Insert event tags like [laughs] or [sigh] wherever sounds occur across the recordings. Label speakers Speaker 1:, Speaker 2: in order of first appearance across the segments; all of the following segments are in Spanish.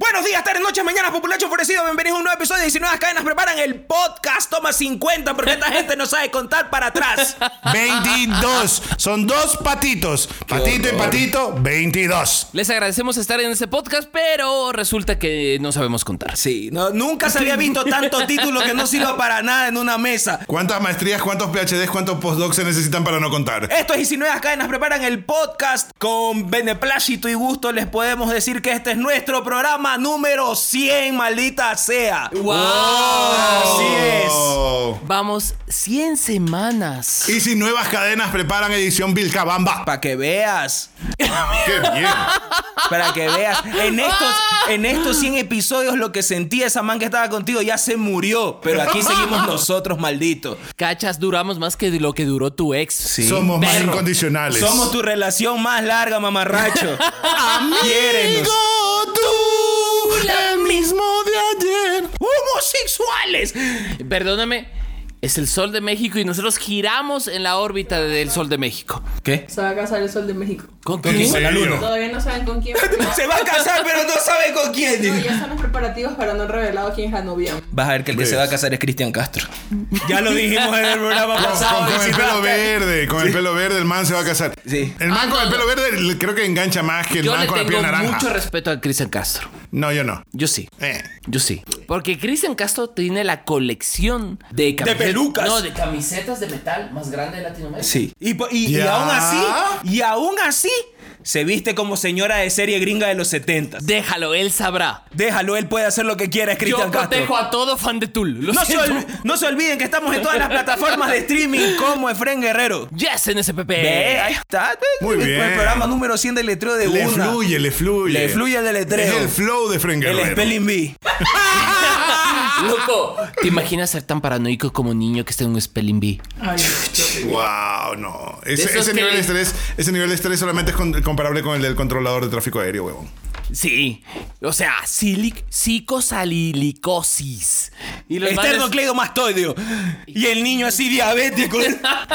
Speaker 1: Buenos días, tardes, noches, mañanas, populacho enfurecido. Bienvenidos a un nuevo episodio de 19 Cadenas. Preparan el podcast Toma 50 porque esta gente no sabe contar para atrás.
Speaker 2: 22. Son dos patitos. Patito y patito, 22.
Speaker 3: Les agradecemos estar en este podcast, pero resulta que no sabemos contar.
Speaker 1: Sí, no, nunca se había visto tanto título que no sirva para nada en una mesa.
Speaker 2: ¿Cuántas maestrías, cuántos PhDs, cuántos postdocs se necesitan para no contar?
Speaker 1: Esto es 19 Cadenas Preparan el podcast. Con beneplácito y gusto les podemos decir que este es nuestro programa número 100, maldita sea. Así es.
Speaker 2: Oh.
Speaker 3: Vamos 100 semanas.
Speaker 2: Y si nuevas cadenas preparan edición
Speaker 3: [laughs]
Speaker 2: Vilcabamba.
Speaker 1: Para que veas.
Speaker 2: ¡Qué bien!
Speaker 1: Para que veas, en estos, en estos 100 episodios lo que sentía esa man que estaba contigo ya se murió, pero aquí seguimos nosotros, maldito.
Speaker 3: Cachas, duramos más que de lo que duró tu ex.
Speaker 2: Somos más
Speaker 3: Perro.
Speaker 2: incondicionales.
Speaker 1: Somos tu relación más larga, mamarracho. Quiérenos.
Speaker 2: tú, el mismo de ayer.
Speaker 1: ¡Homosexuales!
Speaker 3: Perdóname, es el sol de México y nosotros giramos en la órbita del sol de México.
Speaker 1: ¿Qué?
Speaker 4: Se va a casar el sol de México.
Speaker 3: ¿Con quién?
Speaker 2: Sí.
Speaker 4: Todavía no saben con quién.
Speaker 1: Se va a casar, pero no sabe con
Speaker 4: No,
Speaker 1: quién.
Speaker 4: ya están los preparativos para no revelado quién es la novia.
Speaker 1: Vas a ver que el que se va a casar es Cristian Castro. Ya lo dijimos en el [laughs] programa pasado.
Speaker 2: Con, con el
Speaker 1: visitante.
Speaker 2: pelo verde, con el pelo verde, el man se va a casar.
Speaker 1: Sí.
Speaker 2: El man
Speaker 3: Ah,
Speaker 2: con el
Speaker 3: no.
Speaker 2: pelo verde le- creo que engancha más que el
Speaker 3: Yo
Speaker 2: man
Speaker 3: le
Speaker 2: con la piel
Speaker 3: tengo
Speaker 2: naranja.
Speaker 3: mucho respeto a Cristian Castro.
Speaker 2: No, yo no.
Speaker 3: Yo sí.
Speaker 2: Eh.
Speaker 3: Yo sí. Porque Cristian Castro tiene la colección de camisetas.
Speaker 1: pelucas.
Speaker 3: No, de camisetas de metal más grande de Latinoamérica.
Speaker 1: Sí. Y, po- y- y
Speaker 2: Ya.
Speaker 1: aún así, y aún así, se viste como señora de serie gringa de los 70.
Speaker 3: Déjalo, él sabrá.
Speaker 1: Déjalo, él puede hacer lo que quiera, es Cristian
Speaker 3: Yo
Speaker 1: Castro.
Speaker 3: protejo a todo fan de Tool. Lo
Speaker 1: No se,
Speaker 3: siento.
Speaker 1: ol- no se olviden que estamos en todas las plataformas de streaming como Efren Guerrero.
Speaker 3: Yes, NSPP.
Speaker 1: Ve, Eh, ahí está.
Speaker 2: Muy bien.
Speaker 1: El programa número 100 del letreo de
Speaker 2: Le
Speaker 1: una.
Speaker 2: fluye, le fluye.
Speaker 1: Le fluye el
Speaker 2: Es
Speaker 1: deletreo.
Speaker 2: el flow de Fren
Speaker 1: el
Speaker 2: Guerrero.
Speaker 1: Spelling Bee.
Speaker 3: Ah, Loco, ¿te imaginas ser tan paranoico como un niño que está en un spelling bee?
Speaker 4: Ay, yo-
Speaker 2: Wow, no. Ese,
Speaker 3: esos
Speaker 2: ese nivel de
Speaker 3: que-
Speaker 2: estrés, ese nivel de estrés solamente es con- comparable con el del controlador de tráfico aéreo,
Speaker 3: [laughs]
Speaker 2: huevón.
Speaker 3: Sí, o sea, silic- psicosalilicosis. Y los manes-
Speaker 1: Esternocleidomastoideo. Y el niño así [laughs] diabético.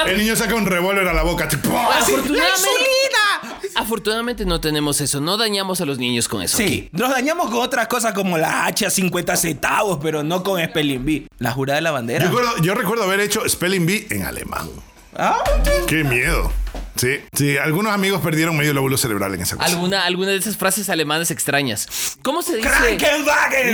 Speaker 2: El niño saca un revólver a la boca. tipo, ¡ah!
Speaker 3: afortunadamente,
Speaker 1: ¡La
Speaker 3: afortunadamente no tenemos eso, no dañamos a los niños con eso.
Speaker 1: Sí, nos dañamos con otras cosas como la hacha 50 centavos, pero no con Spelling Bee. La jurada de la
Speaker 2: Yo
Speaker 1: bandera.
Speaker 2: recuerdo, yo recuerdo haber hecho Spelling Bee en alemán.
Speaker 1: Ah,
Speaker 2: Qué miedo. Sí, sí, algunos amigos perdieron medio lóbulo cerebral en esa cosa.
Speaker 3: Alguna, alguna de esas frases alemanas extrañas. ¿Cómo se dice?
Speaker 1: Krankenwagen.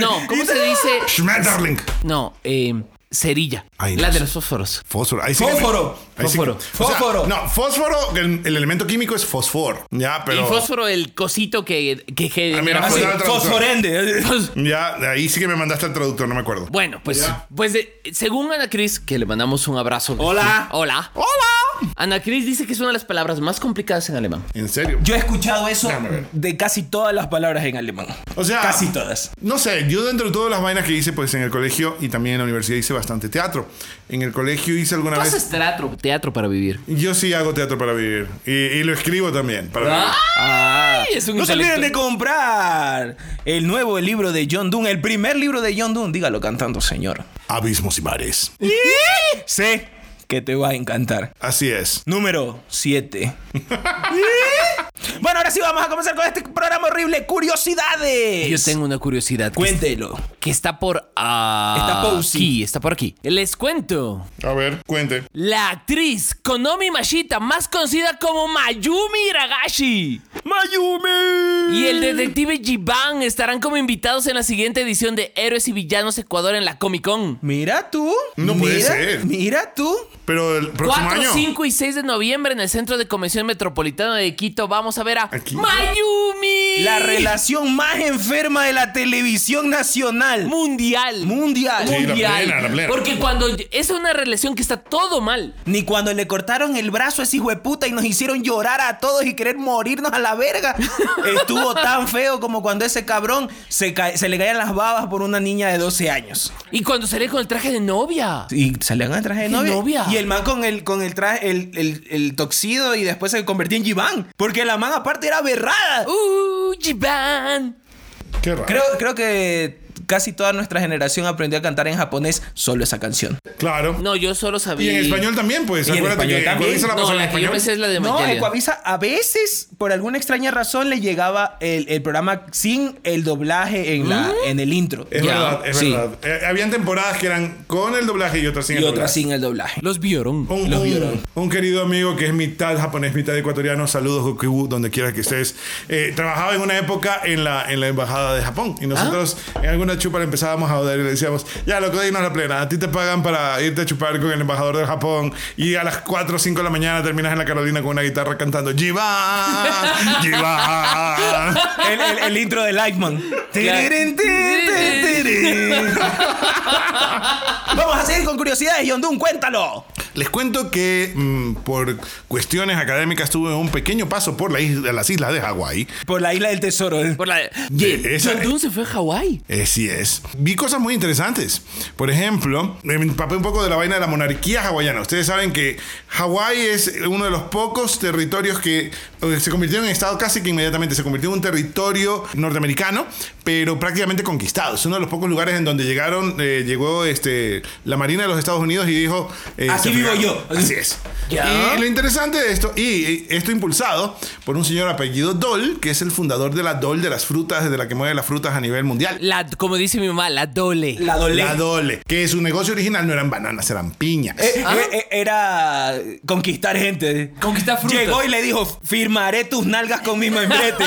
Speaker 3: [laughs] No, ¿cómo se dice?
Speaker 2: Schmetterling.
Speaker 3: No, eh, cerilla.
Speaker 2: Ay,
Speaker 3: la
Speaker 2: no
Speaker 3: de
Speaker 2: sé.
Speaker 3: los fósforos.
Speaker 2: Fósforo. Ahí sí que
Speaker 1: Fósforo.
Speaker 2: ahí sí que-
Speaker 3: Fósforo.
Speaker 2: o sea,
Speaker 1: Fósforo.
Speaker 2: no, fósforo, el, el elemento químico es fósforo. Ya, pero.
Speaker 3: El fósforo, el cosito que... que, que- Pues,
Speaker 2: Ah, mira,
Speaker 1: Ah, sí,
Speaker 2: Fósforo
Speaker 3: [laughs]
Speaker 2: al traductor.
Speaker 1: Fosforende.
Speaker 2: Ya, ahí sí que me mandaste al traductor, no me acuerdo.
Speaker 3: Bueno, pues, pues de- según Ana Cris, que le mandamos un abrazo.
Speaker 1: Hola.
Speaker 3: Hola.
Speaker 2: ¡Hola!
Speaker 3: Ana Cris dice que es una de las palabras más complicadas en alemán.
Speaker 2: En serio.
Speaker 1: Yo he escuchado eso
Speaker 2: Déjame ver. Ah.
Speaker 1: de casi todas las palabras en alemán.
Speaker 2: O sea-
Speaker 1: casi todas.
Speaker 2: No sé, yo dentro de todas las vainas que hice, pues en el colegio y también en la universidad hice bastante teatro. En el colegio hice alguna
Speaker 3: Tú
Speaker 2: vez.
Speaker 3: haces teatro, teatro para vivir.
Speaker 2: Yo sí hago teatro para vivir. Y, y lo escribo también. Para
Speaker 3: ¿Ah?
Speaker 2: vivir.
Speaker 3: Ay, es un
Speaker 1: Ah. No se olviden de
Speaker 3: intelectual.
Speaker 1: comprar el nuevo libro de John Doon, el primer libro de John Doon. Dígalo cantando, señor.
Speaker 2: Abismos y mares.
Speaker 1: Sé que te va a encantar.
Speaker 2: Así es.
Speaker 1: Número
Speaker 2: [laughs]
Speaker 1: 7. bueno, ahora sí vamos a comenzar con este programa horrible, Curiosidades.
Speaker 3: Yo tengo una curiosidad. que
Speaker 1: Cuéntelo.
Speaker 3: es- Que está por ah,
Speaker 1: Está Posey.
Speaker 3: aquí, está por aquí. Les cuento.
Speaker 2: A ver, cuente.
Speaker 3: La actriz Konomi Mashita, más conocida como Mayumi Hiragashi.
Speaker 1: ¡Mayumi!
Speaker 3: Y el detective Jiban estarán como invitados en la siguiente edición de Héroes y Villanos Ecuador en la Comic Con.
Speaker 1: Mira tú.
Speaker 2: No puede
Speaker 1: mira,
Speaker 2: ser.
Speaker 1: Mira tú.
Speaker 2: Pero el próximo
Speaker 3: 4,
Speaker 2: año.
Speaker 3: 5 y 6 de noviembre en el Centro de Convención Metropolitano de Quito vamos a ver a
Speaker 2: Aquí.
Speaker 3: Mayumi Sí.
Speaker 1: La relación más enferma de la televisión nacional.
Speaker 3: mundial.
Speaker 1: mundial.
Speaker 2: Sí, la
Speaker 3: mundial.
Speaker 2: plena, la plena.
Speaker 3: Porque cuando es una relación que está todo mal.
Speaker 1: Ni cuando le cortaron el brazo a ese hijo de puta y nos hicieron llorar a todos y querer morirnos a
Speaker 3: [laughs]
Speaker 1: la verga. Estuvo tan feo como cuando ese cabrón se, ca- se le caían las babas por una niña de 12 años.
Speaker 3: Y cuando sale con el traje de novia.
Speaker 1: Y salían el traje de
Speaker 3: ¿De
Speaker 1: novia.
Speaker 3: novia?
Speaker 1: Y el man con el, con el traje, el, el, el toxido y después se convirtió en Giván. Porque la man aparte era berrada.
Speaker 3: Uh, Jiban.
Speaker 2: Qué raro.
Speaker 1: Creo, creo que casi toda nuestra generación aprendió a cantar en japonés solo esa canción.
Speaker 2: Claro.
Speaker 3: No, yo solo sabía.
Speaker 2: Y en español también, pues.
Speaker 1: Y en
Speaker 2: Acuérdate
Speaker 1: español
Speaker 2: que
Speaker 1: también.
Speaker 2: Ecuavisa la
Speaker 3: No,
Speaker 2: pasaba
Speaker 3: la
Speaker 2: en
Speaker 3: que yo
Speaker 2: español.
Speaker 3: pensé es la de
Speaker 1: No,
Speaker 3: Mayalia.
Speaker 1: Ecuavisa a veces, por alguna extraña razón, le llegaba el, el programa sin el doblaje en, la, en el intro.
Speaker 2: Es
Speaker 3: Ya,
Speaker 2: verdad, es
Speaker 1: sí.
Speaker 2: verdad. Eh, habían temporadas que eran con el doblaje y otras sin
Speaker 1: Y
Speaker 2: el
Speaker 1: otra
Speaker 2: doblaje.
Speaker 1: sin el doblaje.
Speaker 3: Los vieron.
Speaker 2: Un, un- un querido amigo que es mitad japonés, mitad ecuatoriano, saludos Goku, donde quiera que estés. Eh, trabajaba en una época en la, en la embajada de Japón y nosotros en alguna chupa le empezábamos a joder y le decíamos, ya loco, dinos la plena, a ti te pagan para irte a chupar con el embajador de Japón y a las 4 o 5 de la mañana terminas en la Carolina con una guitarra cantando, Jiban, Jiban.
Speaker 1: [laughs] El, el- el intro de Lightman. Vamos a seguir con curiosidades, Yondun, cuéntalo.
Speaker 2: Les cuento que mm, por cuestiones académicas tuve un pequeño paso por la isla, las islas de Hawái.
Speaker 1: Por la isla del tesoro.
Speaker 3: Por la de...
Speaker 2: De esa-
Speaker 3: John Doon se fue a Hawái.
Speaker 2: Eh, sí es. Vi cosas muy interesantes. Por ejemplo, me empapé un poco de la vaina de la monarquía hawaiana. Ustedes saben que Hawái es uno de los pocos territorios que eh, se convirtió en estado casi que inmediatamente. Se convirtió en un territorio norteamericano, pero prácticamente conquistado. Es uno de los pocos lugares en donde llegaron, eh, llegó este, la Marina de los Estados Unidos y dijo... eh,
Speaker 1: Aquí
Speaker 2: se
Speaker 1: vivo
Speaker 2: fregaron.
Speaker 1: yo.
Speaker 2: Así es.
Speaker 3: Ya.
Speaker 2: Y lo interesante de esto, y esto impulsado por un señor apellido Dole, que es el fundador de la Dole de las frutas, de la que mueve las frutas a nivel mundial.
Speaker 3: La, como dice mi mamá, la doble.
Speaker 1: La dole.
Speaker 2: La Dole. Que su negocio original no eran bananas, eran piñas.
Speaker 1: Eh, eh, era conquistar gente.
Speaker 3: Conquistar frutas.
Speaker 1: Llegó y le dijo, firmaré tus nalgas con mi membrete.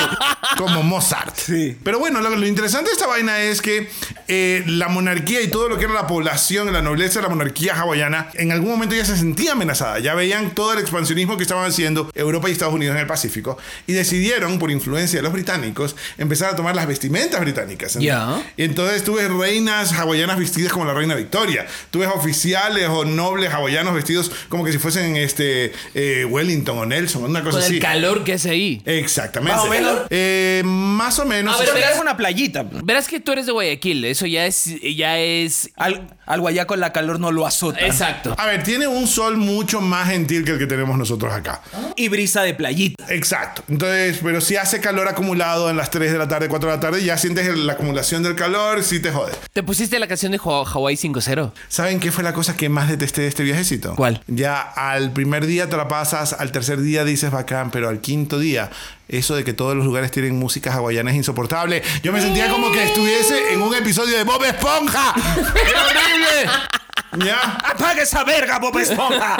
Speaker 2: Como Mozart.
Speaker 1: Sí.
Speaker 2: Pero bueno, lo, lo interesante de esta vaina es que eh, la monarquía y todo lo que era la población, la nobleza de la monarquía hawaiana, en algún momento ya se sentía amenazada. Ya veían todo el expansionismo que estaban haciendo Europa y Estados Unidos en el Pacífico. Y decidieron, por influencia de los británicos, empezar a tomar las vestimentas británicas.
Speaker 3: Ya.
Speaker 2: Y entonces tuve reinas hawaianas vestidas como la reina Victoria. Tuve oficiales o nobles hawaianos vestidos como que si fuesen este eh, Wellington o Nelson, una cosa
Speaker 3: Con
Speaker 2: Pues así.
Speaker 3: el calor que hace ahí.
Speaker 2: Exactamente.
Speaker 1: Más o menos.
Speaker 2: Eh, más o menos.
Speaker 3: A ver, a ver.
Speaker 1: Era una playita.
Speaker 3: Verás que tú eres de Guayaquil. Eso ya es. Ya es.
Speaker 1: Al, al guayaco la calor no lo azota.
Speaker 3: Exacto.
Speaker 2: A ver, tiene un sol mucho más gentil que el que tenemos nosotros acá.
Speaker 1: Y brisa de playita.
Speaker 2: Exacto. Entonces, pero si hace calor acumulado en las 3 de la tarde, 4 de la tarde, ya sientes el- la acumulación del calor, sí te jode.
Speaker 3: ¿Te pusiste la canción de Haw- Hawái 5-0?
Speaker 2: ¿Saben qué fue la cosa que más detesté de este viajecito?
Speaker 3: ¿Cuál?
Speaker 2: Ya al primer día te la pasas, al tercer día dices bacán, pero al quinto día, eso de que todos los lugares tienen música hawaiana es insoportable. Yo me sentía como que estuviese en un episodio de Bob Esponja. [laughs] ¡Era horrible! ¿Ya?
Speaker 1: ¡Apaga esa verga, Bob Esponja!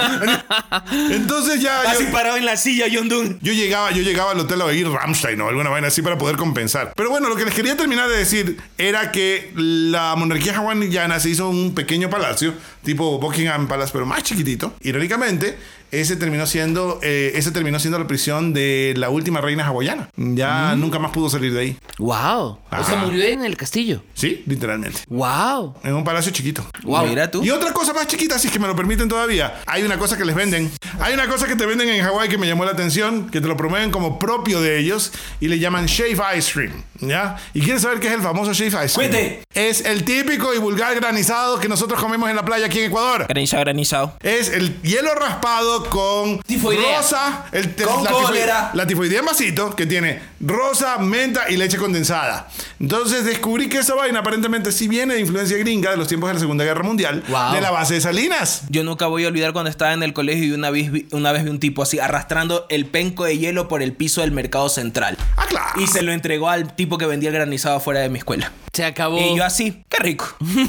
Speaker 2: Entonces ya.
Speaker 1: Así
Speaker 2: yo-
Speaker 1: parado en la silla, Yondun.
Speaker 2: Yo llegaba, yo llegaba al hotel a oír Rammstein o alguna vaina así para poder compensar. Pero bueno, lo que les quería terminar de decir era que la monarquía hawaiana se hizo un pequeño palacio, tipo Buckingham Palace, pero más chiquitito. Irónicamente, ese terminó siendo, eh, ese terminó siendo la prisión de la última reina hawaiana. Ya nunca más pudo salir de ahí.
Speaker 3: ¡Wow! O sea,
Speaker 2: Ajá.
Speaker 3: murió en el castillo.
Speaker 2: Sí, literalmente.
Speaker 3: ¡Wow!
Speaker 2: En un palacio chiquito.
Speaker 3: ¡Wow!
Speaker 1: Mira tú.
Speaker 2: Y otra cosa más chiquita, si es que me lo permiten todavía. Hay una cosa que les venden. Hay una cosa que te venden en Hawái que me llamó la atención, que te lo promueven como propio de ellos y le llaman shave ice cream. ¿Ya? ¿Y quieres saber qué es el famoso shave ice cream?
Speaker 1: Cuente.
Speaker 2: Es el típico y vulgar granizado que nosotros comemos en la playa aquí en Ecuador.
Speaker 1: Granizado, granizado.
Speaker 2: Es el hielo raspado con
Speaker 3: Tifoidea.
Speaker 2: rosa, el,
Speaker 1: Con
Speaker 2: tifoi-
Speaker 1: cólera.
Speaker 2: la tifoidea en vasito que tiene rosa, menta y leche condensada. Entonces descubrí que esa vaina aparentemente sí viene de influencia gringa de los tiempos de la Segunda Guerra Mundial,
Speaker 3: Wow.
Speaker 2: de la base de Salinas.
Speaker 1: Yo nunca voy a olvidar cuando estaba en el colegio y una vez, vi, una vez vi un tipo así arrastrando el penco de hielo por el piso del mercado central.
Speaker 2: Ah, claro.
Speaker 1: Y se lo entregó al tipo que vendía el granizado afuera de mi escuela.
Speaker 3: Se acabó.
Speaker 1: Y yo así, qué rico.
Speaker 3: Oh. [laughs]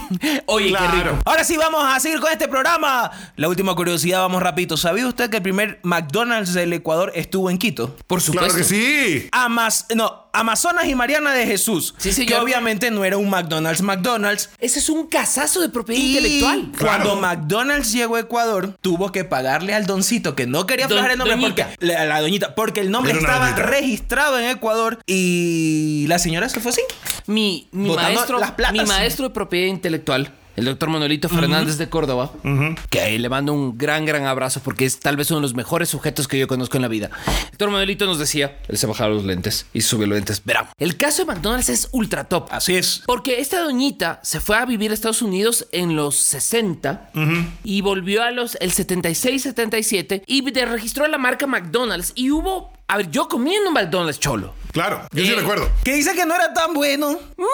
Speaker 3: Oye, qué
Speaker 2: Claro.
Speaker 3: rico.
Speaker 1: Ahora sí vamos a seguir con este programa. La última curiosidad, vamos rapidito. ¿Sabía usted que el primer McDonald's del Ecuador estuvo en Quito?
Speaker 3: Por supuesto.
Speaker 2: Claro que sí.
Speaker 1: Amas, no, Amazonas y Mariana de Jesús.
Speaker 3: Sí,
Speaker 1: Que
Speaker 3: señor.
Speaker 1: obviamente no era un McDonald's McDonald's.
Speaker 3: Ese es un casazo de propiedad
Speaker 1: Y
Speaker 3: intelectual.
Speaker 1: Cuando McDonald's llegó a Ecuador, tuvo que pagarle al doncito que no quería
Speaker 3: Don-
Speaker 1: aflojar el nombre
Speaker 3: doñita.
Speaker 1: porque la, la doñita, porque el nombre
Speaker 2: Era una
Speaker 1: estaba
Speaker 2: doñita.
Speaker 1: registrado en Ecuador y la señora se fue así.
Speaker 3: Mi, mi
Speaker 1: Botando
Speaker 3: maestro,
Speaker 1: las platas.
Speaker 3: mi maestro de propiedad intelectual, el doctor Manuelito Fernández de Córdoba, que ahí le mando un gran, gran abrazo porque es tal vez uno de los mejores sujetos que yo conozco en la vida. El doctor Manuelito nos decía, él se bajaba los lentes y subió los lentes. Verán, el caso de McDonald's es ultra top.
Speaker 1: Así es.
Speaker 3: Porque esta doñita se fue a vivir a Estados Unidos en los 60 y volvió a los el 76, 77 y de- registró la marca McDonald's y hubo, a ver, yo comiendo un McDonald's cholo.
Speaker 2: Claro, yo sí
Speaker 3: Eh,
Speaker 2: recuerdo.
Speaker 1: Que dice que no era tan bueno.
Speaker 3: No,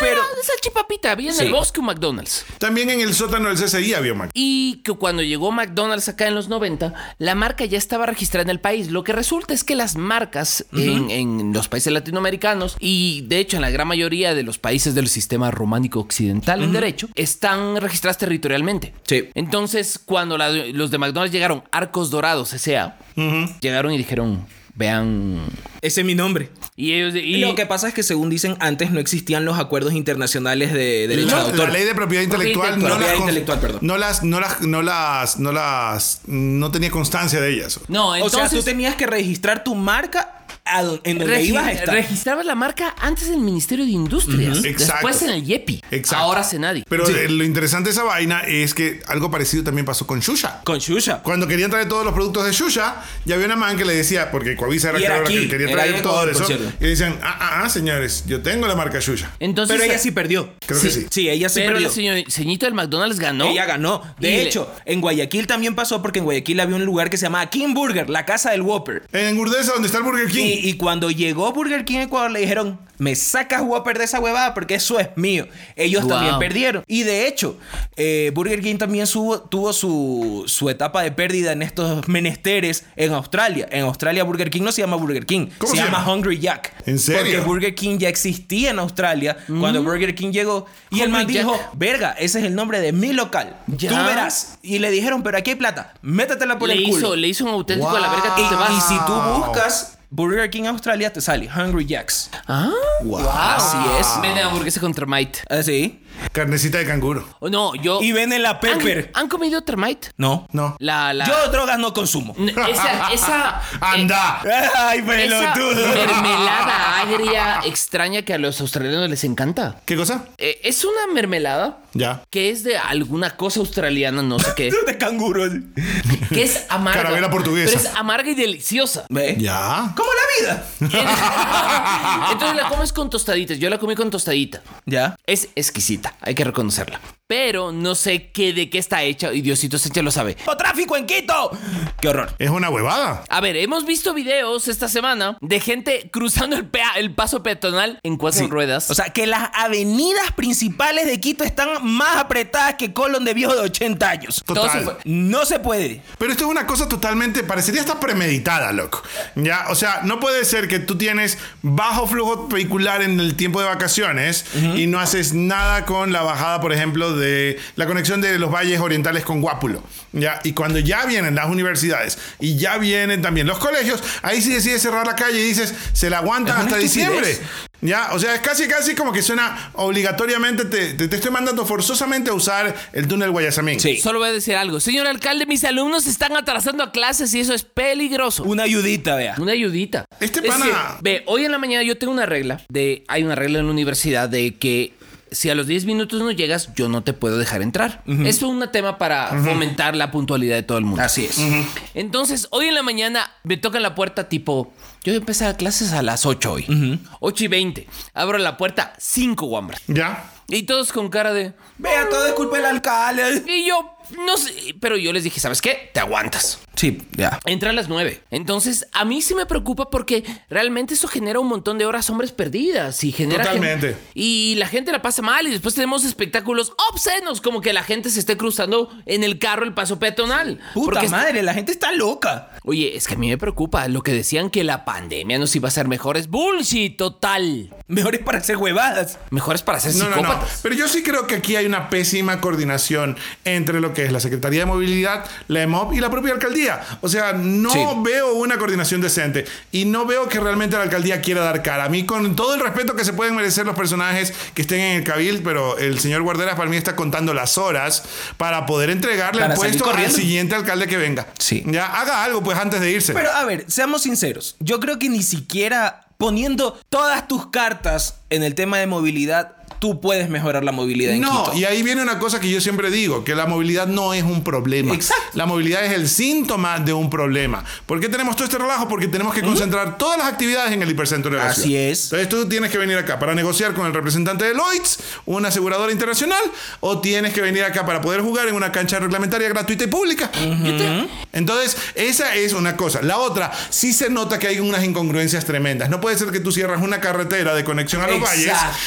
Speaker 1: Pero-
Speaker 3: era esa chipapita, había en
Speaker 1: Sí.
Speaker 3: el bosque un McDonald's.
Speaker 2: También en el sótano del CCI había Mac.
Speaker 3: Y que cuando llegó McDonald's acá en los 90, la marca ya estaba registrada en el país. Lo que resulta es que las marcas en, en los países latinoamericanos y de hecho en la gran mayoría de los países del sistema románico occidental en derecho están registradas territorialmente.
Speaker 1: Sí.
Speaker 3: Entonces, cuando la- los de McDonald's llegaron, Arcos Dorados S.A., llegaron y dijeron, vean...
Speaker 1: Ese es mi nombre.
Speaker 3: Y ellos... Y,
Speaker 1: Y lo que pasa es que según dicen, antes no existían los acuerdos internacionales de derechos de
Speaker 2: No,
Speaker 1: autor.
Speaker 2: la ley de propiedad intelectual, no, las,
Speaker 1: intelectual. Propiedad
Speaker 2: cons-
Speaker 1: intelectual, perdón.
Speaker 2: no las no las no las no las no tenía constancia de ellas.
Speaker 3: No,
Speaker 1: o
Speaker 3: entonces...
Speaker 1: sea, tú tenías que registrar tu marca a don- en donde
Speaker 3: Regi-
Speaker 1: ibas a estar.
Speaker 3: Registraba la marca antes del Ministerio de Industrias.
Speaker 2: Ujú. Exacto.
Speaker 3: Después en el YEPI.
Speaker 2: Exacto.
Speaker 3: Ahora Senadi.
Speaker 2: Pero eh, lo interesante de esa vaina es que algo parecido también pasó con Shusha.
Speaker 1: Con Shusha.
Speaker 2: Cuando querían traer todos los productos de Shusha, ya había una man que le decía, porque Coavisa era,
Speaker 1: Y era
Speaker 2: claro, la
Speaker 1: aquí,
Speaker 2: que quería
Speaker 1: era
Speaker 2: traer
Speaker 1: ahí,
Speaker 2: todo
Speaker 1: por
Speaker 2: eso.
Speaker 1: cierto.
Speaker 2: Y le decían, ah, ah, ah, señores, yo tengo la marca Shusha.
Speaker 3: Entonces,
Speaker 1: Pero ella sí perdió.
Speaker 2: Creo que sí.
Speaker 1: Sí, ella sí
Speaker 3: pero
Speaker 1: perdió.
Speaker 3: el señor, señito del McDonald's ganó.
Speaker 1: Ella ganó. De
Speaker 3: Y le-
Speaker 1: hecho, en Guayaquil también pasó porque en Guayaquil había un lugar que se llamaba King Burger, la casa del Whopper.
Speaker 2: En Urdesa, donde está el Burger King.
Speaker 1: Y, y cuando llegó Burger King a Ecuador le dijeron, me sacas Whopper de esa huevada porque eso es mío. Ellos
Speaker 3: Wow.
Speaker 1: también perdieron. Y de hecho, eh, Burger King también subo- tuvo su, su etapa de pérdida en estos menesteres en Australia. En Australia Burger King no se llama Burger King,
Speaker 2: ¿Cómo
Speaker 1: se,
Speaker 2: se
Speaker 1: llama
Speaker 2: llama?
Speaker 1: Hungry Jack.
Speaker 2: ¿En serio?
Speaker 1: Porque Burger King ya existía en Australia cuando Burger King llegó. Y el
Speaker 3: Hungry
Speaker 1: man dijo,
Speaker 3: Jack.
Speaker 1: verga, ese es el nombre de mi local.
Speaker 3: Ya.
Speaker 1: Tú verás. Y le dijeron, pero aquí hay plata, métetela por
Speaker 3: le,
Speaker 1: el culo.
Speaker 3: hizo, le hizo un auténtico a la verga. Tú
Speaker 1: Y,
Speaker 3: te vas.
Speaker 1: y si tú buscas Burger King Australia, te sale Hungry Jacks.
Speaker 3: Ah,
Speaker 1: Así es.
Speaker 3: Venden hamburguesa con termite.
Speaker 1: Así.
Speaker 2: Carnecita de canguro.
Speaker 3: Oh, no, yo.
Speaker 1: Ah, Y venden la
Speaker 3: ¿Han,
Speaker 1: Pepper.
Speaker 3: ¿Han comido termite?
Speaker 1: No.
Speaker 2: No.
Speaker 3: La, la.
Speaker 1: Yo drogas no consumo.
Speaker 3: N- Esa. esa
Speaker 1: [laughs]
Speaker 2: Anda.
Speaker 1: Ay,
Speaker 3: eh, esa mermelada
Speaker 1: Mermelada.
Speaker 3: agria extraña que a los australianos les encanta.
Speaker 2: ¿Qué cosa?
Speaker 3: Eh, es una mermelada
Speaker 2: Ya.
Speaker 3: que es de alguna cosa australiana, no sé qué.
Speaker 1: De canguro. así.
Speaker 3: que es
Speaker 1: [laughs]
Speaker 3: amarga.
Speaker 2: Carabela portuguesa.
Speaker 3: Pero es amarga y deliciosa.
Speaker 1: ¿Ve?
Speaker 2: Ya.
Speaker 1: Como la
Speaker 3: [laughs]
Speaker 1: vida.
Speaker 3: Entonces la comes con tostaditas. Yo la comí con tostadita.
Speaker 1: Ya.
Speaker 3: Es exquisita, hay que reconocerla. Pero no sé qué de qué está hecha y Diosito Sánchez lo sabe.
Speaker 1: ¡O tráfico en Quito! ¡Qué horror!
Speaker 2: Es una huevada.
Speaker 3: A ver, hemos visto videos esta semana de gente cruzando el, pea- el paso peatonal en cuatro ruedas.
Speaker 1: O sea, que las avenidas principales de Quito están más apretadas que Colón de viejo de 80 años.
Speaker 3: Todo se
Speaker 2: Total.
Speaker 3: fue-
Speaker 1: No se puede.
Speaker 2: Pero esto es una cosa totalmente, parecería estar premeditada, loco. Ya, o sea, no puede ser que tú tienes bajo flujo vehicular en el tiempo de vacaciones y no haces nada con la bajada, por ejemplo, de la conexión de los valles orientales con Guápulo. Ya, y cuando ya vienen las universidades y ya vienen también los colegios, ahí sí decides cerrar la calle y dices, se la aguantan
Speaker 1: Es una
Speaker 2: hasta
Speaker 1: estupidez.
Speaker 2: diciembre. Ya, o sea, es casi, casi como que suena obligatoriamente, te, te- te estoy mandando forzosamente a usar el túnel Guayasamín.
Speaker 1: Sí.
Speaker 3: Solo voy a decir algo. Señor alcalde, mis alumnos se están atrasando a clases y eso es peligroso.
Speaker 1: Una ayudita, vea.
Speaker 3: Una ayudita.
Speaker 2: Este
Speaker 3: Es
Speaker 2: pana-
Speaker 3: que, ve, hoy en la mañana yo tengo una regla de. Hay una regla en la universidad de que si a los 10 minutos no llegas, yo no te puedo dejar entrar. Es un tema para fomentar la puntualidad de todo el mundo.
Speaker 1: Así es.
Speaker 3: Entonces, hoy en la mañana me tocan la puerta tipo. Yo empecé a clases a las 8 hoy. 8 y 20. Abro la puerta 5 guambras.
Speaker 2: Ya.
Speaker 3: Y todos con cara de.
Speaker 1: Vea, todo es culpa del alcalde.
Speaker 3: Y yo. No sé. Pero yo les dije, ¿sabes qué? Te aguantas.
Speaker 1: Sí, ya.
Speaker 3: Entra a las 9. Entonces, a mí sí me preocupa porque realmente eso genera un montón de horas hombres perdidas y genera. gen-
Speaker 2: Totalmente.
Speaker 3: Y la gente la pasa mal y después tenemos espectáculos obscenos, como que la gente se esté cruzando en el carro el paso peatonal.
Speaker 1: Puta
Speaker 3: Porque es-
Speaker 1: madre, la gente está loca.
Speaker 3: Oye, es que a mí me preocupa lo que decían que la pandemia nos iba a hacer mejores. Bullshit, total.
Speaker 1: Mejor es para hacer huevadas.
Speaker 3: Mejores para ser
Speaker 2: No, no, no.
Speaker 3: psicópatas.
Speaker 2: Pero yo sí creo que aquí hay una pésima coordinación entre lo que es la Secretaría de Movilidad, la EMOP y la propia alcaldía. alcaldía. O sea, no
Speaker 3: Sí.
Speaker 2: veo una coordinación decente y no veo que realmente la alcaldía quiera dar cara. A mí, con todo el respeto que se pueden merecer los personajes que estén en el Cabil, pero el señor Guarderas para mí está contando las horas para poder entregarle
Speaker 1: Para
Speaker 2: el
Speaker 1: salir
Speaker 2: puesto al
Speaker 1: corriendo.
Speaker 2: siguiente alcalde que venga.
Speaker 1: Sí.
Speaker 2: Ya, haga algo pues antes de irse.
Speaker 1: Pero a ver, seamos sinceros. Yo creo que ni siquiera poniendo todas tus cartas en el tema de movilidad, tú puedes mejorar la movilidad en
Speaker 2: No,
Speaker 1: Quito.
Speaker 2: y ahí viene una cosa que yo siempre digo, que la movilidad no es un problema.
Speaker 1: Exacto.
Speaker 2: La movilidad es el síntoma de un problema. ¿Por qué tenemos todo este relajo? Porque tenemos que concentrar todas las actividades en el hipercentro de la
Speaker 1: Así
Speaker 2: ciudad.
Speaker 1: es.
Speaker 2: Entonces tú tienes que venir acá para negociar con el representante de Lloyds, una aseguradora internacional, o tienes que venir acá para poder jugar en una cancha reglamentaria gratuita y pública. Yo te- Entonces, esa es una cosa. La otra, sí se nota que hay unas incongruencias tremendas. No puede ser que tú cierras una carretera de conexión a los
Speaker 1: Exacto.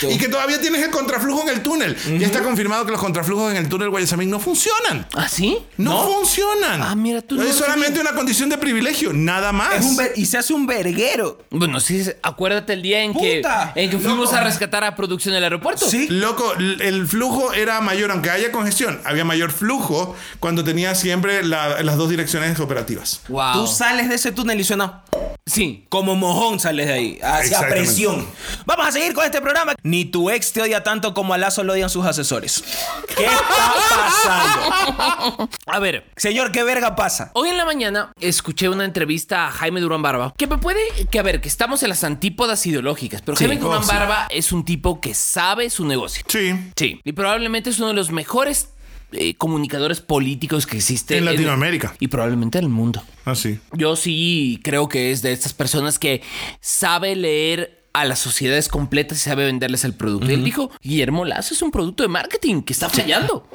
Speaker 2: valles y que todavía tienes el contraflujo en el túnel. Ya está confirmado que los contraflujos en el túnel Guayasamín no funcionan.
Speaker 3: ¿Ah, sí?
Speaker 2: No, funcionan.
Speaker 3: Ah, mira, tú no
Speaker 2: es
Speaker 3: lo
Speaker 2: solamente una condición de privilegio, nada más.
Speaker 1: Es un ver- y se hace un verguero.
Speaker 3: Bueno, sí, acuérdate el día en que,
Speaker 1: ¡Puta!
Speaker 3: en que fuimos a rescatar a producción del aeropuerto.
Speaker 1: Sí.
Speaker 2: Loco, l- el flujo era mayor, aunque haya congestión, había mayor flujo cuando tenía siempre la- las dos direcciones operativas.
Speaker 3: Wow.
Speaker 1: Tú sales de ese túnel y suena
Speaker 3: sí.
Speaker 1: como mojón sales de ahí, hacia
Speaker 2: Exactamente.
Speaker 1: presión. Vamos a seguir con este programa. Ni tu ex te odia tanto como a Lazo lo odian sus asesores. ¿Qué está
Speaker 2: [laughs]
Speaker 1: pasando?
Speaker 3: A ver,
Speaker 1: Señor, ¿qué verga pasa?
Speaker 3: Hoy en la mañana escuché una entrevista a Jaime Durán Barba, que me puede, que a ver, que estamos en las antípodas ideológicas, pero
Speaker 1: Sí.
Speaker 3: Jaime Durán
Speaker 2: Oh, sí.
Speaker 3: Barba es un tipo que sabe su negocio.
Speaker 2: Sí.
Speaker 3: Sí. Y probablemente es uno de los mejores eh, comunicadores políticos que existe.
Speaker 2: En Latinoamérica.
Speaker 3: y probablemente en el mundo.
Speaker 2: Así.
Speaker 3: Yo sí creo que es de estas personas que sabe leer a las sociedades completas y sabe venderles el producto. Y él dijo, Guillermo Lazo es un producto de marketing que está fallando.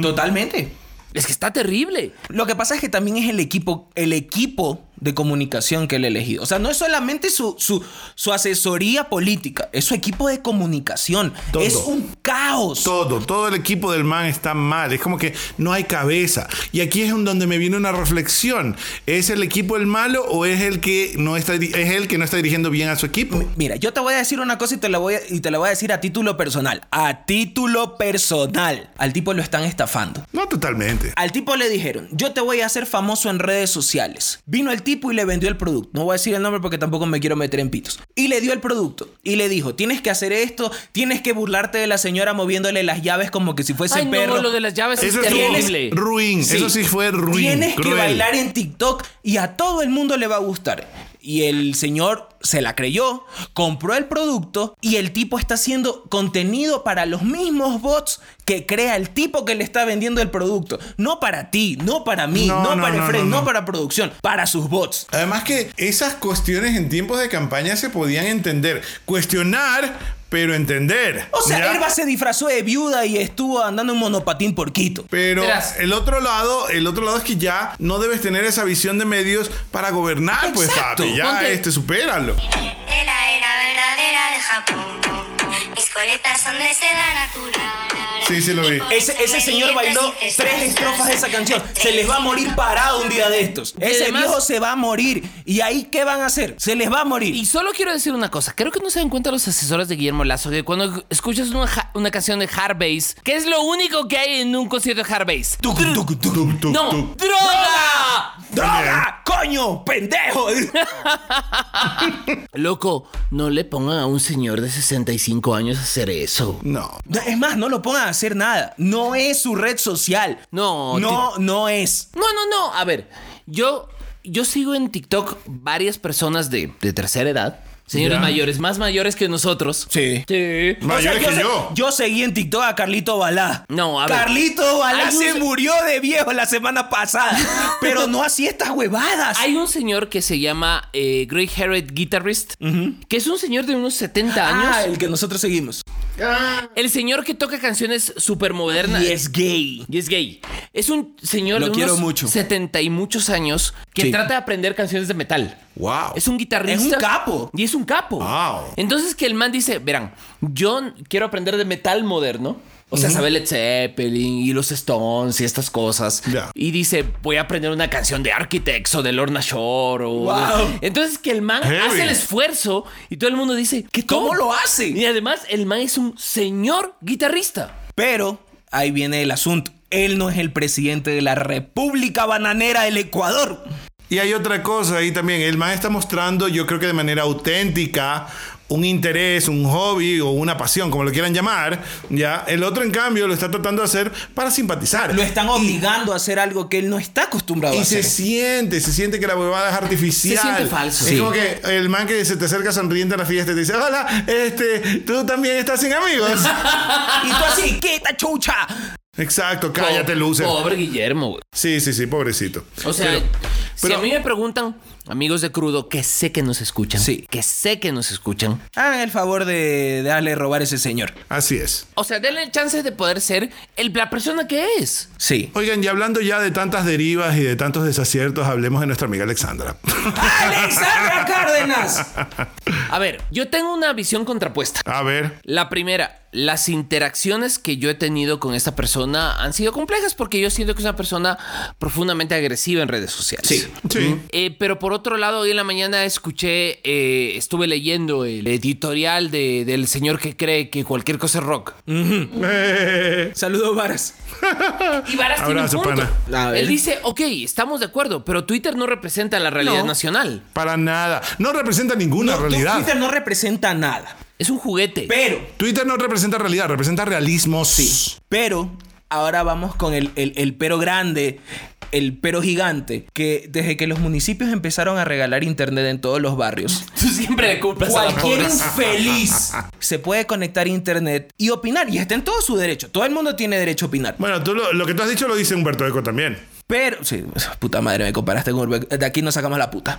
Speaker 1: Totalmente.
Speaker 3: Es que está terrible.
Speaker 1: Lo que pasa es que también es el equipo, el equipo de comunicación que él ha elegido. O sea, no es solamente su, su, su asesoría política, es su equipo de comunicación.
Speaker 2: Todo.
Speaker 1: Es un caos.
Speaker 2: Todo, todo el equipo del man está mal. Es como que no hay cabeza. Y aquí es en donde me viene una reflexión. ¿Es el equipo el malo o es el que no está, diri- es el que no está dirigiendo bien a su equipo?
Speaker 1: Mira, yo te voy a decir una cosa y te la voy a, y te la voy a decir a título personal. A título personal. Al tipo lo están estafando.
Speaker 2: No totalmente.
Speaker 1: Al tipo le dijeron, yo te voy a hacer famoso en redes sociales. Vino el tipo y le vendió el producto. No voy a decir el nombre porque tampoco me quiero meter en pitos. Y le dio el producto. Y le dijo, tienes que hacer esto, tienes que burlarte de la señora moviéndole las llaves como que si fuese
Speaker 3: Ay,
Speaker 1: perro.
Speaker 3: no, lo de las llaves
Speaker 2: Eso
Speaker 3: es
Speaker 2: estuvo
Speaker 3: terrible.
Speaker 2: ruin. Eso sí fue ruin.
Speaker 1: Tienes
Speaker 2: cruel.
Speaker 1: que bailar en TikTok y a todo el mundo le va a gustar. Y el señor se la creyó, compró el producto y el tipo está haciendo contenido para los mismos bots que crea el tipo que le está vendiendo el producto. No para ti, no para mí,
Speaker 2: No,
Speaker 1: no,
Speaker 2: no,
Speaker 1: para
Speaker 2: no,
Speaker 1: Efraín,
Speaker 2: no,
Speaker 1: no,
Speaker 2: no.
Speaker 1: para producción, para sus bots.
Speaker 2: Además que esas cuestiones en tiempos de campaña se podían entender. Cuestionar, pero entender.
Speaker 1: O sea,
Speaker 2: ¿ya?
Speaker 1: Herba se disfrazó de viuda y estuvo andando en monopatín por Quito.
Speaker 2: Pero
Speaker 3: Verás.
Speaker 2: el otro lado, el otro lado es que ya no debes tener esa visión de medios para gobernar, pues
Speaker 1: Exacto.
Speaker 2: papi, ya
Speaker 3: Ponte-
Speaker 2: este supéralo.
Speaker 5: Era, era verdadera de Japón. Mis coletas son de seda natural.
Speaker 2: Sí, sí lo vi.
Speaker 1: Ese, ese señor bailó tres estrofas de esa canción. Se les va a morir parado un día de estos. Ese
Speaker 3: además-
Speaker 1: viejo se va a morir. ¿Y ahí qué van a hacer? Se les va a
Speaker 3: Y
Speaker 1: morir.
Speaker 3: solo quiero decir una cosa, creo que no se dan cuenta los asesores de Guillermo Lazo que cuando escuchas una, ja- una canción de hard bass, que es lo único que hay en un concierto de hard bass.
Speaker 2: Tuc, tuc, tuc, tuc,
Speaker 3: No,
Speaker 2: tuc.
Speaker 3: droga.
Speaker 1: ¡Droga! ¡Coño! ¡Pendejo! [laughs]
Speaker 3: Loco, no le pongan a un señor de 65 años a hacer eso.
Speaker 2: No.
Speaker 1: Es más, no lo pongan a hacer nada. No es su red social.
Speaker 3: No,
Speaker 1: No, no es.
Speaker 3: No, no, no. A ver, yo, yo sigo en TikTok varias personas de, de tercera edad. Señores
Speaker 2: Ya.
Speaker 3: mayores, más mayores que nosotros.
Speaker 1: Sí.
Speaker 3: Sí.
Speaker 2: Mayores que
Speaker 1: se-
Speaker 2: yo.
Speaker 1: Yo seguí en TikTok a Carlito Balá.
Speaker 3: No, a ver.
Speaker 1: Carlito Balá
Speaker 3: Hay un-
Speaker 1: se murió de viejo la
Speaker 3: [laughs]
Speaker 1: semana pasada. pero no así estas huevadas.
Speaker 3: Hay un señor que se llama eh, Grey Haired Guitarist, que es un señor de unos 70 años.
Speaker 1: Ah,
Speaker 3: el...
Speaker 1: el que nosotros seguimos.
Speaker 3: señor que toca canciones súper modernas.
Speaker 1: Y es gay.
Speaker 3: Y es gay. Es un señor
Speaker 1: Lo
Speaker 3: de
Speaker 1: quiero
Speaker 3: unos
Speaker 1: mucho.
Speaker 3: 70 y muchos años que
Speaker 1: Sí.
Speaker 3: trata de aprender canciones de metal.
Speaker 2: Wow.
Speaker 3: Es un guitarrista.
Speaker 1: Es un capo.
Speaker 3: Y es un capo.
Speaker 2: Wow.
Speaker 3: Entonces que el man dice, verán, yo quiero aprender de metal moderno. O sea, sabe Led Zeppelin y los Stones y estas cosas.
Speaker 2: Ya.
Speaker 3: Y dice, voy a aprender una canción de Architects o de Lorna Shore. o-
Speaker 1: Wow.
Speaker 3: Entonces que el man
Speaker 2: Heavy.
Speaker 3: hace el esfuerzo y todo el mundo dice, ¿qué
Speaker 1: ¿Cómo
Speaker 3: todo?
Speaker 1: lo hace?
Speaker 3: Y además el man es un señor guitarrista.
Speaker 1: Pero ahí viene el asunto. Él no es el presidente de la República Bananera del Ecuador.
Speaker 2: Y hay otra cosa ahí también. El man está mostrando, yo creo que de manera auténtica, un interés, un hobby o una pasión, como lo quieran llamar. ¿ya? El otro, en cambio, lo está tratando de hacer para simpatizar.
Speaker 1: Lo están obligando a hacer algo que él no está acostumbrado a
Speaker 2: Y se
Speaker 1: hacer.
Speaker 2: siente, se siente que la huevada es artificial.
Speaker 3: Se siente falso.
Speaker 2: Es
Speaker 3: Sí.
Speaker 2: como que el man que se te acerca sonriente a la fiesta y te dice, hola, este, tú también estás sin amigos.
Speaker 1: Y tú así, quita chucha.
Speaker 2: Exacto, cállate, loser.
Speaker 3: Pobre Guillermo, güey.
Speaker 2: Sí, sí, sí, pobrecito.
Speaker 3: O sea,
Speaker 2: Pero-
Speaker 3: si
Speaker 2: pero-
Speaker 3: a mí me preguntan, amigos de crudo, que sé que nos escuchan.
Speaker 1: Sí.
Speaker 3: Que sé que nos escuchan.
Speaker 1: Hagan el favor de darle robar a ese señor.
Speaker 2: Así es.
Speaker 3: O sea, denle el chance de poder ser el- la persona que es.
Speaker 1: Sí.
Speaker 2: Oigan, y hablando ya de tantas derivas y de tantos desaciertos, hablemos de nuestra amiga Alexandra. [laughs]
Speaker 1: ¡Alexandra Cárdenas!
Speaker 3: A ver, yo tengo una visión contrapuesta.
Speaker 2: A ver.
Speaker 3: La primera, las interacciones que yo he tenido con esta persona han sido complejas porque yo siento que es una persona profundamente agresiva en redes sociales.
Speaker 1: Sí.
Speaker 2: Sí.
Speaker 3: Eh, pero por otro lado, hoy en la mañana escuché, eh, estuve leyendo el editorial de- del señor que cree que cualquier cosa es rock.
Speaker 2: Eh,
Speaker 1: Saludos, Varas.
Speaker 3: Y Varas tiene un
Speaker 2: Abrazo,
Speaker 3: punto.
Speaker 1: pana. A ver.
Speaker 3: Él dice, ok, estamos de acuerdo, pero Twitter no representa la realidad nacional.
Speaker 2: para nada. No representa ninguna realidad.
Speaker 1: Twitter
Speaker 2: Twitter...
Speaker 1: no representa nada.
Speaker 3: Es un juguete.
Speaker 1: Pero,
Speaker 2: no representa realidad, representa realismo. Sí.
Speaker 1: pero, ahora vamos con el, el- el pero grande, el pero gigante, que desde que los municipios empezaron a regalar internet en todos los barrios,
Speaker 3: Tú siempre le culpas a la
Speaker 1: cualquier
Speaker 3: pobreza.
Speaker 1: infeliz [laughs] se puede conectar a internet y opinar, y está en todo su derecho. Todo el mundo tiene derecho a opinar.
Speaker 2: Bueno, tú lo, lo que tú has dicho lo dice Humberto Eco también.
Speaker 1: Pero, sí, puta madre, me comparaste con Urbex. De aquí no sacamos la puta.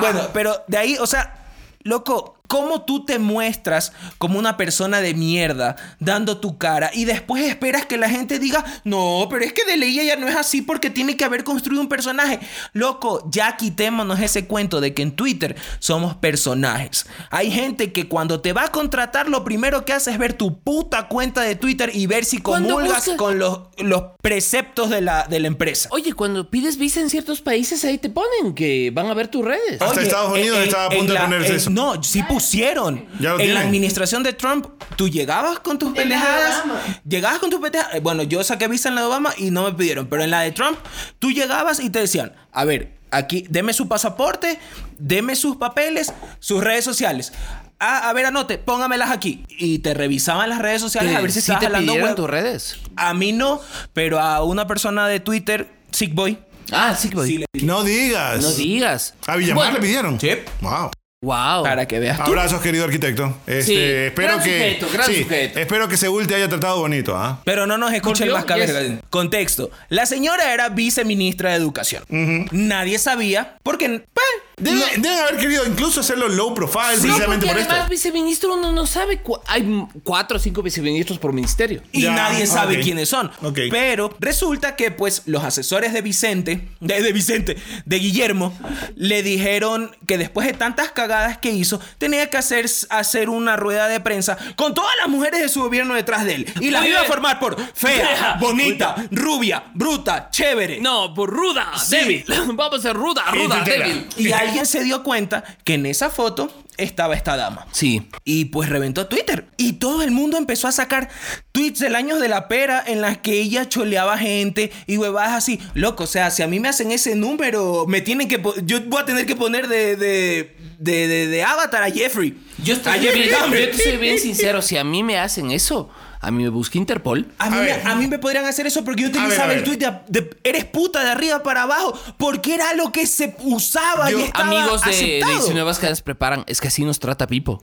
Speaker 1: bueno, pero de ahí, o sea, loco, ¿cómo tú te muestras como una persona de mierda dando tu cara y después esperas que la gente diga, no, pero es que de ley ella no es así porque tiene que haber construido un personaje? Loco, ya quitémonos ese cuento de que en Twitter somos personajes. Hay gente que cuando te va a contratar, lo primero que hace es ver tu puta cuenta de Twitter y ver si
Speaker 3: Cuando
Speaker 1: comulgas
Speaker 3: busca-
Speaker 1: con los, los preceptos de la, de la empresa.
Speaker 3: Oye, cuando pides visa en ciertos países, ahí te ponen que van a ver tus redes.
Speaker 2: Hasta Estados Unidos
Speaker 1: en-
Speaker 2: estaba a
Speaker 1: en
Speaker 2: punto de
Speaker 1: la-
Speaker 2: ponerse
Speaker 1: en-
Speaker 2: eso.
Speaker 1: No, sí pusieron.
Speaker 2: Ya lo
Speaker 1: en la
Speaker 2: tienen.
Speaker 1: administración de Trump, tú llegabas con tus
Speaker 4: En la de
Speaker 1: pendejadas.
Speaker 4: Obama.
Speaker 1: Llegabas con tus pendejadas. Eh, Bueno, yo saqué visa en la de Obama y no me pidieron. Pero en la de Trump, tú llegabas y te decían, a ver, aquí, deme su pasaporte, deme sus papeles, sus redes sociales. Ah, a ver, anote, póngamelas aquí. Y te revisaban las redes
Speaker 2: Eh,
Speaker 1: sociales a ver si
Speaker 3: sí
Speaker 1: estabas
Speaker 3: te
Speaker 1: jalando
Speaker 3: pidieron
Speaker 1: huevo.
Speaker 3: tus redes.
Speaker 1: A mí no, pero a una persona de Twitter, Sick Boy.
Speaker 3: Ah, sí, voy.
Speaker 1: Sí, le-
Speaker 2: No digas.
Speaker 3: No digas.
Speaker 2: A Villamar
Speaker 3: Bueno,
Speaker 2: le pidieron.
Speaker 1: Sí.
Speaker 2: Wow.
Speaker 3: Wow.
Speaker 1: Para que veas tú.
Speaker 2: Abrazos, querido arquitecto. Este,
Speaker 3: Sí,
Speaker 2: espero
Speaker 3: gran
Speaker 2: que.
Speaker 3: sujeto, gran
Speaker 2: sí,
Speaker 3: sujeto.
Speaker 2: Espero que Seúl te haya tratado bonito, ¿ah?
Speaker 1: Pero no nos escuchen
Speaker 3: Volvió,
Speaker 1: más cabezas.
Speaker 3: yes.
Speaker 1: Contexto. La señora era viceministra de Educación. Nadie sabía porque... pues,
Speaker 2: Deben, deben haber querido incluso hacerlo low profile,
Speaker 3: No,
Speaker 2: precisamente por
Speaker 3: porque además
Speaker 2: esto.
Speaker 3: viceministro uno no sabe. cu- Hay m- cuatro o cinco viceministros por ministerio.
Speaker 1: y
Speaker 2: Ya,
Speaker 1: nadie sabe
Speaker 2: ok.
Speaker 1: quiénes son.
Speaker 2: Ok.
Speaker 1: Pero resulta que pues los asesores de Vicente, de, de Vicente, de Guillermo, le dijeron que después de tantas cagadas que hizo, tenía que hacer, hacer una rueda de prensa con todas las mujeres de su gobierno detrás de él. Y las
Speaker 3: Muy
Speaker 1: iba a
Speaker 3: bien.
Speaker 1: formar por fea,
Speaker 3: Fea,
Speaker 1: bonita, rubia, bruta, chévere.
Speaker 3: No, por ruda, débil. [laughs] Vamos a ser ruda, ruda,
Speaker 2: Entera.
Speaker 3: débil.
Speaker 1: Y alguien se dio cuenta que en esa foto estaba esta dama.
Speaker 3: Sí.
Speaker 1: Y pues reventó Twitter. Y todo el mundo empezó a sacar tweets del año de la pera en las que ella choleaba gente y huevadas así. Loco, o sea, si a mí me hacen ese número, me tienen que. po- Yo voy a tener que poner de. de. de, de- de avatar a Jeffrey.
Speaker 3: Yo, estoy
Speaker 1: a Jeffrey
Speaker 3: bien-
Speaker 1: Dahmer.
Speaker 3: yo te soy bien sincero. Si a mí me hacen eso, a mí me busca Interpol.
Speaker 1: A mí,
Speaker 2: A
Speaker 1: me,
Speaker 2: ver.
Speaker 1: a mí me podrían hacer eso porque yo
Speaker 2: ver,
Speaker 1: utilizaba
Speaker 2: a
Speaker 1: el
Speaker 2: ver.
Speaker 1: tweet de, de eres puta de arriba para abajo porque era lo que se usaba y estaba
Speaker 3: Amigos de,
Speaker 1: aceptado.
Speaker 3: de Si Nuevas Cadenas preparan, es que así nos trata Pipo.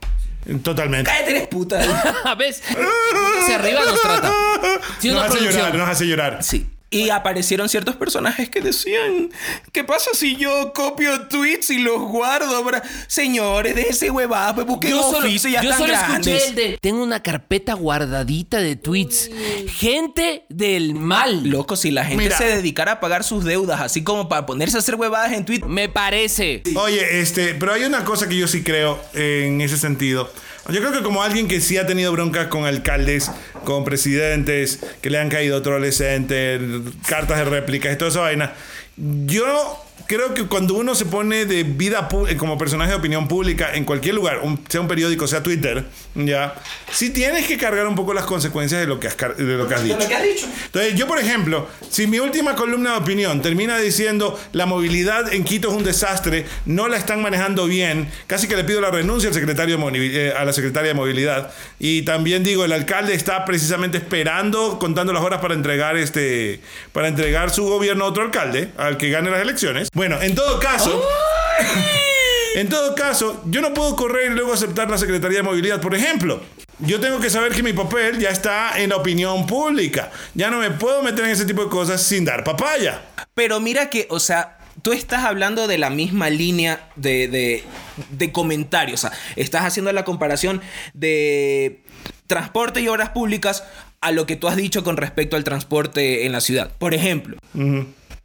Speaker 3: [laughs]
Speaker 2: Totalmente.
Speaker 1: Cállate, eres puta.
Speaker 3: ¿Ves? Hacia arriba nos trata. Sí,
Speaker 2: nos
Speaker 3: una
Speaker 2: hace
Speaker 3: producción.
Speaker 2: llorar, nos hace llorar.
Speaker 1: Sí. Y aparecieron ciertos personajes que decían, ¿qué pasa si yo copio tweets y los guardo? bra-?" Señores, de ese huevada, pues busquen
Speaker 3: Yo solo,
Speaker 1: oficio, ya
Speaker 3: yo
Speaker 1: están
Speaker 3: solo
Speaker 1: grandes.
Speaker 3: escuché el de. Tengo una carpeta guardadita de tweets. Gente del mal.
Speaker 1: Loco, si la gente
Speaker 2: Mira.
Speaker 1: se dedicara a pagar sus deudas, así como para ponerse a hacer huevadas en Twitter.
Speaker 3: Me parece.
Speaker 2: Oye, este, pero hay una cosa que yo sí creo en ese sentido. Yo creo que como alguien que sí ha tenido broncas con alcaldes, con presidentes, que le han caído troles enter, cartas de réplicas y toda esa vaina, yo creo que cuando uno se pone de vida pu- eh, como personaje de opinión pública en cualquier lugar, un- sea un periódico, sea Twitter, ya, sí tienes que cargar un poco las consecuencias de lo que has, car- de lo que has dicho.
Speaker 1: ¿Qué has dicho?
Speaker 2: Entonces, yo, por ejemplo, si mi última columna de opinión termina diciendo la movilidad en Quito es un desastre, no la están manejando bien, casi que le pido la renuncia al secretario de movi- eh, a la secretaria de movilidad. Y también digo, el alcalde está precisamente esperando, contando las horas para entregar este para entregar su gobierno a otro alcalde, al que gane las elecciones. Bueno, en todo caso. En todo caso, yo no puedo correr y luego aceptar la Secretaría de Movilidad. Por ejemplo, yo tengo que saber que mi papel ya está en la opinión pública. Ya no me puedo meter en ese tipo de cosas sin dar papaya.
Speaker 1: Pero mira que, o sea, tú estás hablando de la misma línea de, de, de comentarios. O sea, estás haciendo la comparación de transporte y obras públicas a lo que tú has dicho con respecto al transporte en la ciudad. Por ejemplo.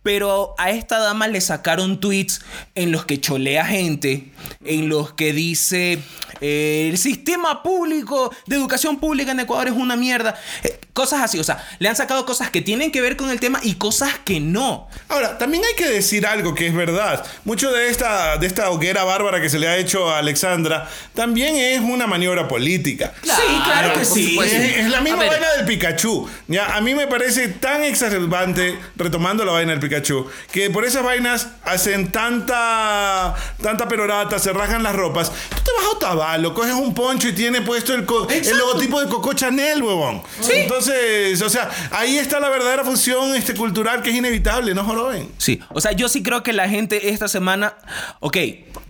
Speaker 1: Pero a esta dama le sacaron tweets en los que cholea gente, en los que dice eh, el sistema público de educación pública en Ecuador es una mierda. Eh, cosas así, o sea, le han sacado cosas que tienen que ver con el tema y cosas que no.
Speaker 2: Ahora, también hay que decir algo que es verdad. Mucho de esta, de esta hoguera bárbara que se le ha hecho a Alexandra también es una maniobra política.
Speaker 1: sí, claro que
Speaker 3: por
Speaker 1: sí.
Speaker 3: supuesto.
Speaker 2: Es, es la misma
Speaker 3: A ver.
Speaker 2: vaina del Pikachu. Ya, a mí me parece tan exacerbante, retomando la vaina del Pikachu, que por esas vainas hacen tanta tanta perorata, se rajan las ropas. Tú te vas a Otavalo, coges un poncho y tiene puesto el, co- el logotipo de Coco Chanel, huevón. Entonces, o sea, ahí está la verdadera función este, cultural que es inevitable, no joroben.
Speaker 1: Sí, o sea, yo sí creo que la gente esta semana, ok,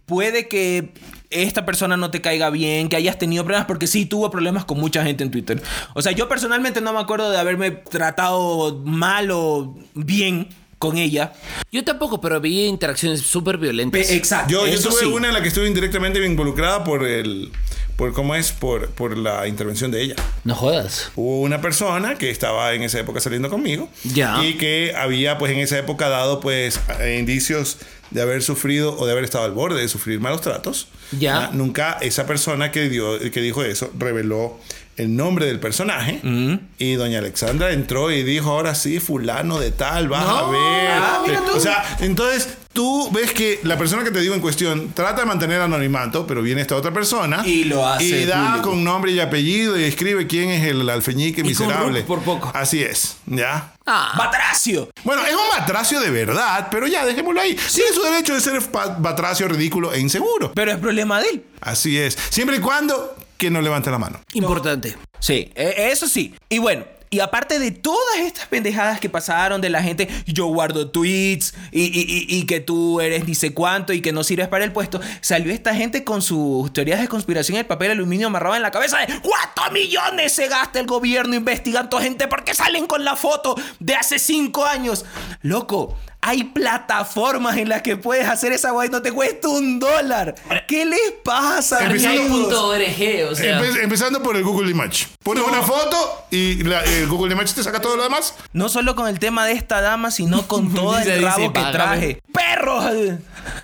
Speaker 1: puede que esta persona no te caiga bien, que hayas tenido problemas, porque sí tuvo problemas con mucha gente en Twitter. O sea, yo personalmente no me acuerdo de haberme tratado mal o bien con ella.
Speaker 3: Yo tampoco, pero vi interacciones súper violentas.
Speaker 1: Pe- exacto.
Speaker 2: Yo, yo
Speaker 1: eso
Speaker 2: tuve
Speaker 1: sí.
Speaker 2: una en la que estuve indirectamente involucrada por el... Por cómo es, por, por la intervención de ella.
Speaker 3: No jodas.
Speaker 2: hubo una persona que estaba en esa época saliendo conmigo
Speaker 3: Ya.
Speaker 2: y que había pues en esa época dado pues eh, indicios de haber sufrido o de haber estado al borde de sufrir malos tratos.
Speaker 3: Ya.
Speaker 2: Ah, Nunca esa persona que dio que dijo eso reveló el nombre del personaje
Speaker 3: Mm.
Speaker 2: y doña Alexandra entró y dijo ahora sí fulano de tal vas a ver
Speaker 3: Ah,
Speaker 2: o sea entonces tú ves que la persona que te digo en cuestión trata de mantener anonimato pero viene esta otra persona
Speaker 1: Y lo hace
Speaker 2: y da
Speaker 1: público.
Speaker 2: con nombre y apellido y escribe quién es el alfeñique
Speaker 1: con
Speaker 2: miserable.
Speaker 1: Ruth por poco.
Speaker 2: Así es, ya.
Speaker 1: Ah, ¡Batracio!
Speaker 2: Bueno, es un batracio de verdad, pero ya, dejémoslo ahí. Tiene su derecho de ser pa- batracio ridículo e inseguro.
Speaker 1: Pero es problema de él.
Speaker 2: Así es. Siempre y cuando que no levante la mano.
Speaker 3: Importante.
Speaker 1: Sí, e- eso sí. Y bueno, y aparte de todas estas pendejadas que pasaron de la gente, yo guardo tweets y, y- y- y que tú eres ni sé cuánto y que no sirves para el puesto, salió esta gente con sus teorías de conspiración y el papel aluminio amarrado en la cabeza de ¿cuántos millones se gasta el gobierno investigando gente porque salen con la foto de hace cinco años? Loco. Hay plataformas en las que puedes hacer esa guay, no te cuesta un dólar. ¿Qué les pasa?
Speaker 2: Empezando
Speaker 1: amigos?
Speaker 3: Punto ORG, o sea.
Speaker 2: Empe- empezando por el Google Image. Pones una foto y la- el Google Image te saca todo lo demás.
Speaker 1: No solo con el tema de esta dama,
Speaker 3: [laughs]
Speaker 1: sino con todo
Speaker 3: Dice,
Speaker 1: el
Speaker 3: dice,
Speaker 1: rabo que
Speaker 3: "Págame".
Speaker 1: traje. ¡Perros!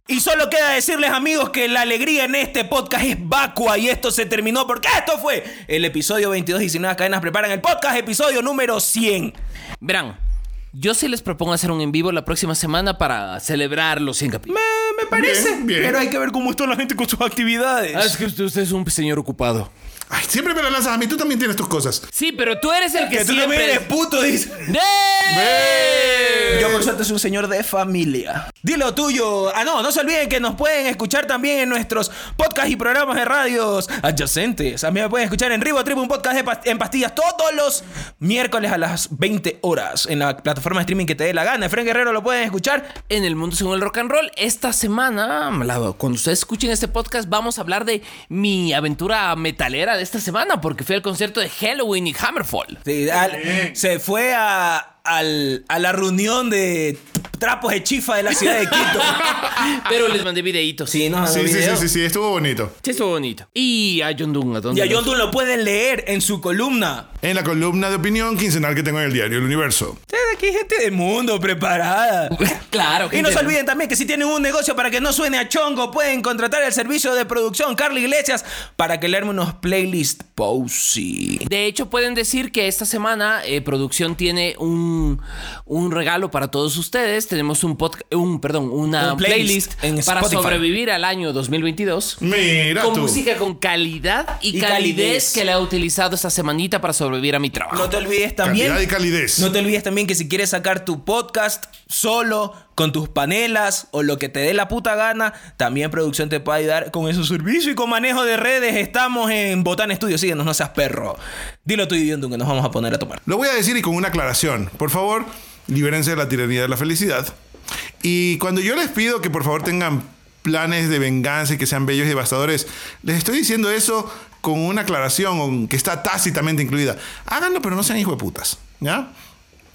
Speaker 1: Y solo queda decirles, amigos, que la alegría en este podcast es vacua y esto se terminó porque esto fue el episodio 22 y si nuevas cadenas preparan el podcast, episodio número 100.
Speaker 3: Verán, yo sí les propongo hacer un en vivo la próxima semana para celebrar los 100 capítulos.
Speaker 1: Me parece,
Speaker 2: bien.
Speaker 1: pero hay que ver cómo está la gente con sus actividades.
Speaker 3: Ah, Es que usted, usted es un señor ocupado.
Speaker 2: Ay, siempre me la lanzas a mí. Tú también tienes tus cosas.
Speaker 3: Sí, pero tú eres el que,
Speaker 1: que tú también
Speaker 3: siempre...
Speaker 1: eres puto, dice.
Speaker 3: ¡Eh!
Speaker 1: Yo por suerte soy un señor de familia. Dilo tuyo. Ah, no, no se olviden que nos pueden escuchar también en nuestros podcasts y programas de radios adyacentes. A mí me pueden escuchar en Ribo Tribu, un podcast de pas- en pastillas todos los miércoles a las 20 horas en la plataforma de streaming que te dé la gana. Efraín Guerrero lo pueden escuchar.
Speaker 3: En el mundo según el rock and roll, esta semana, la- cuando ustedes escuchen este podcast, vamos a hablar de mi aventura metalera de esta semana, porque fui al concierto de Halloween y Hammerfall.
Speaker 1: Sí, al- se fue a, al- a la reunión de trapos de chifa de la ciudad de Quito.
Speaker 3: Pero les mandé videitos.
Speaker 1: [laughs] sí, no,
Speaker 2: Sí, sí, sí,
Speaker 1: video.
Speaker 2: sí, sí, estuvo bonito.
Speaker 3: Sí, estuvo bonito. Y a John Doon, ¿a dónde
Speaker 1: Y a
Speaker 3: nos-
Speaker 1: John Doe lo pueden leer en su columna.
Speaker 2: En la columna de opinión quincenal que tengo en el diario El Universo.
Speaker 1: Ustedes aquí hay gente del mundo preparada.
Speaker 3: Claro,
Speaker 1: Y
Speaker 3: [laughs]
Speaker 1: no
Speaker 3: gente.
Speaker 1: se olviden también que si tienen un negocio para que no suene a chongo, pueden contratar el servicio de producción Carla Iglesias para que le arme unos playlists posy.
Speaker 3: De hecho, pueden decir que esta semana eh, producción tiene un, un regalo para todos ustedes. tenemos un podcast, un, perdón, una
Speaker 1: Un playlist
Speaker 3: playlist,
Speaker 1: en
Speaker 3: para
Speaker 1: Spotify.
Speaker 3: sobrevivir al año 2022.
Speaker 2: Mira
Speaker 3: con
Speaker 2: tú.
Speaker 3: música con calidad y,
Speaker 1: Y
Speaker 3: calidez,
Speaker 1: calidez.
Speaker 3: que la he utilizado esta semanita para sobrevivir a mi trabajo.
Speaker 1: No te olvides también.
Speaker 2: Calidad y calidez.
Speaker 1: No te olvides también que si quieres sacar tu podcast solo, con tus panelas o lo que te dé la puta gana, también producción te puede ayudar con esos servicios y con manejo de redes. Estamos en Botán Studio, síguenos, no seas perro. Dilo tú y que nos vamos a poner a tomar.
Speaker 2: Lo voy a decir y con una aclaración. Por favor, libérense de la tiranía de la felicidad. Y cuando yo les pido que por favor tengan planes de venganza y que sean bellos y devastadores, les estoy diciendo eso con una aclaración o que está tácitamente incluida. Háganlo, pero no sean hijo de putas. ¿Ya?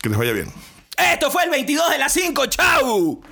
Speaker 2: Que les vaya bien.
Speaker 1: Esto fue el 22 de las 5, chau.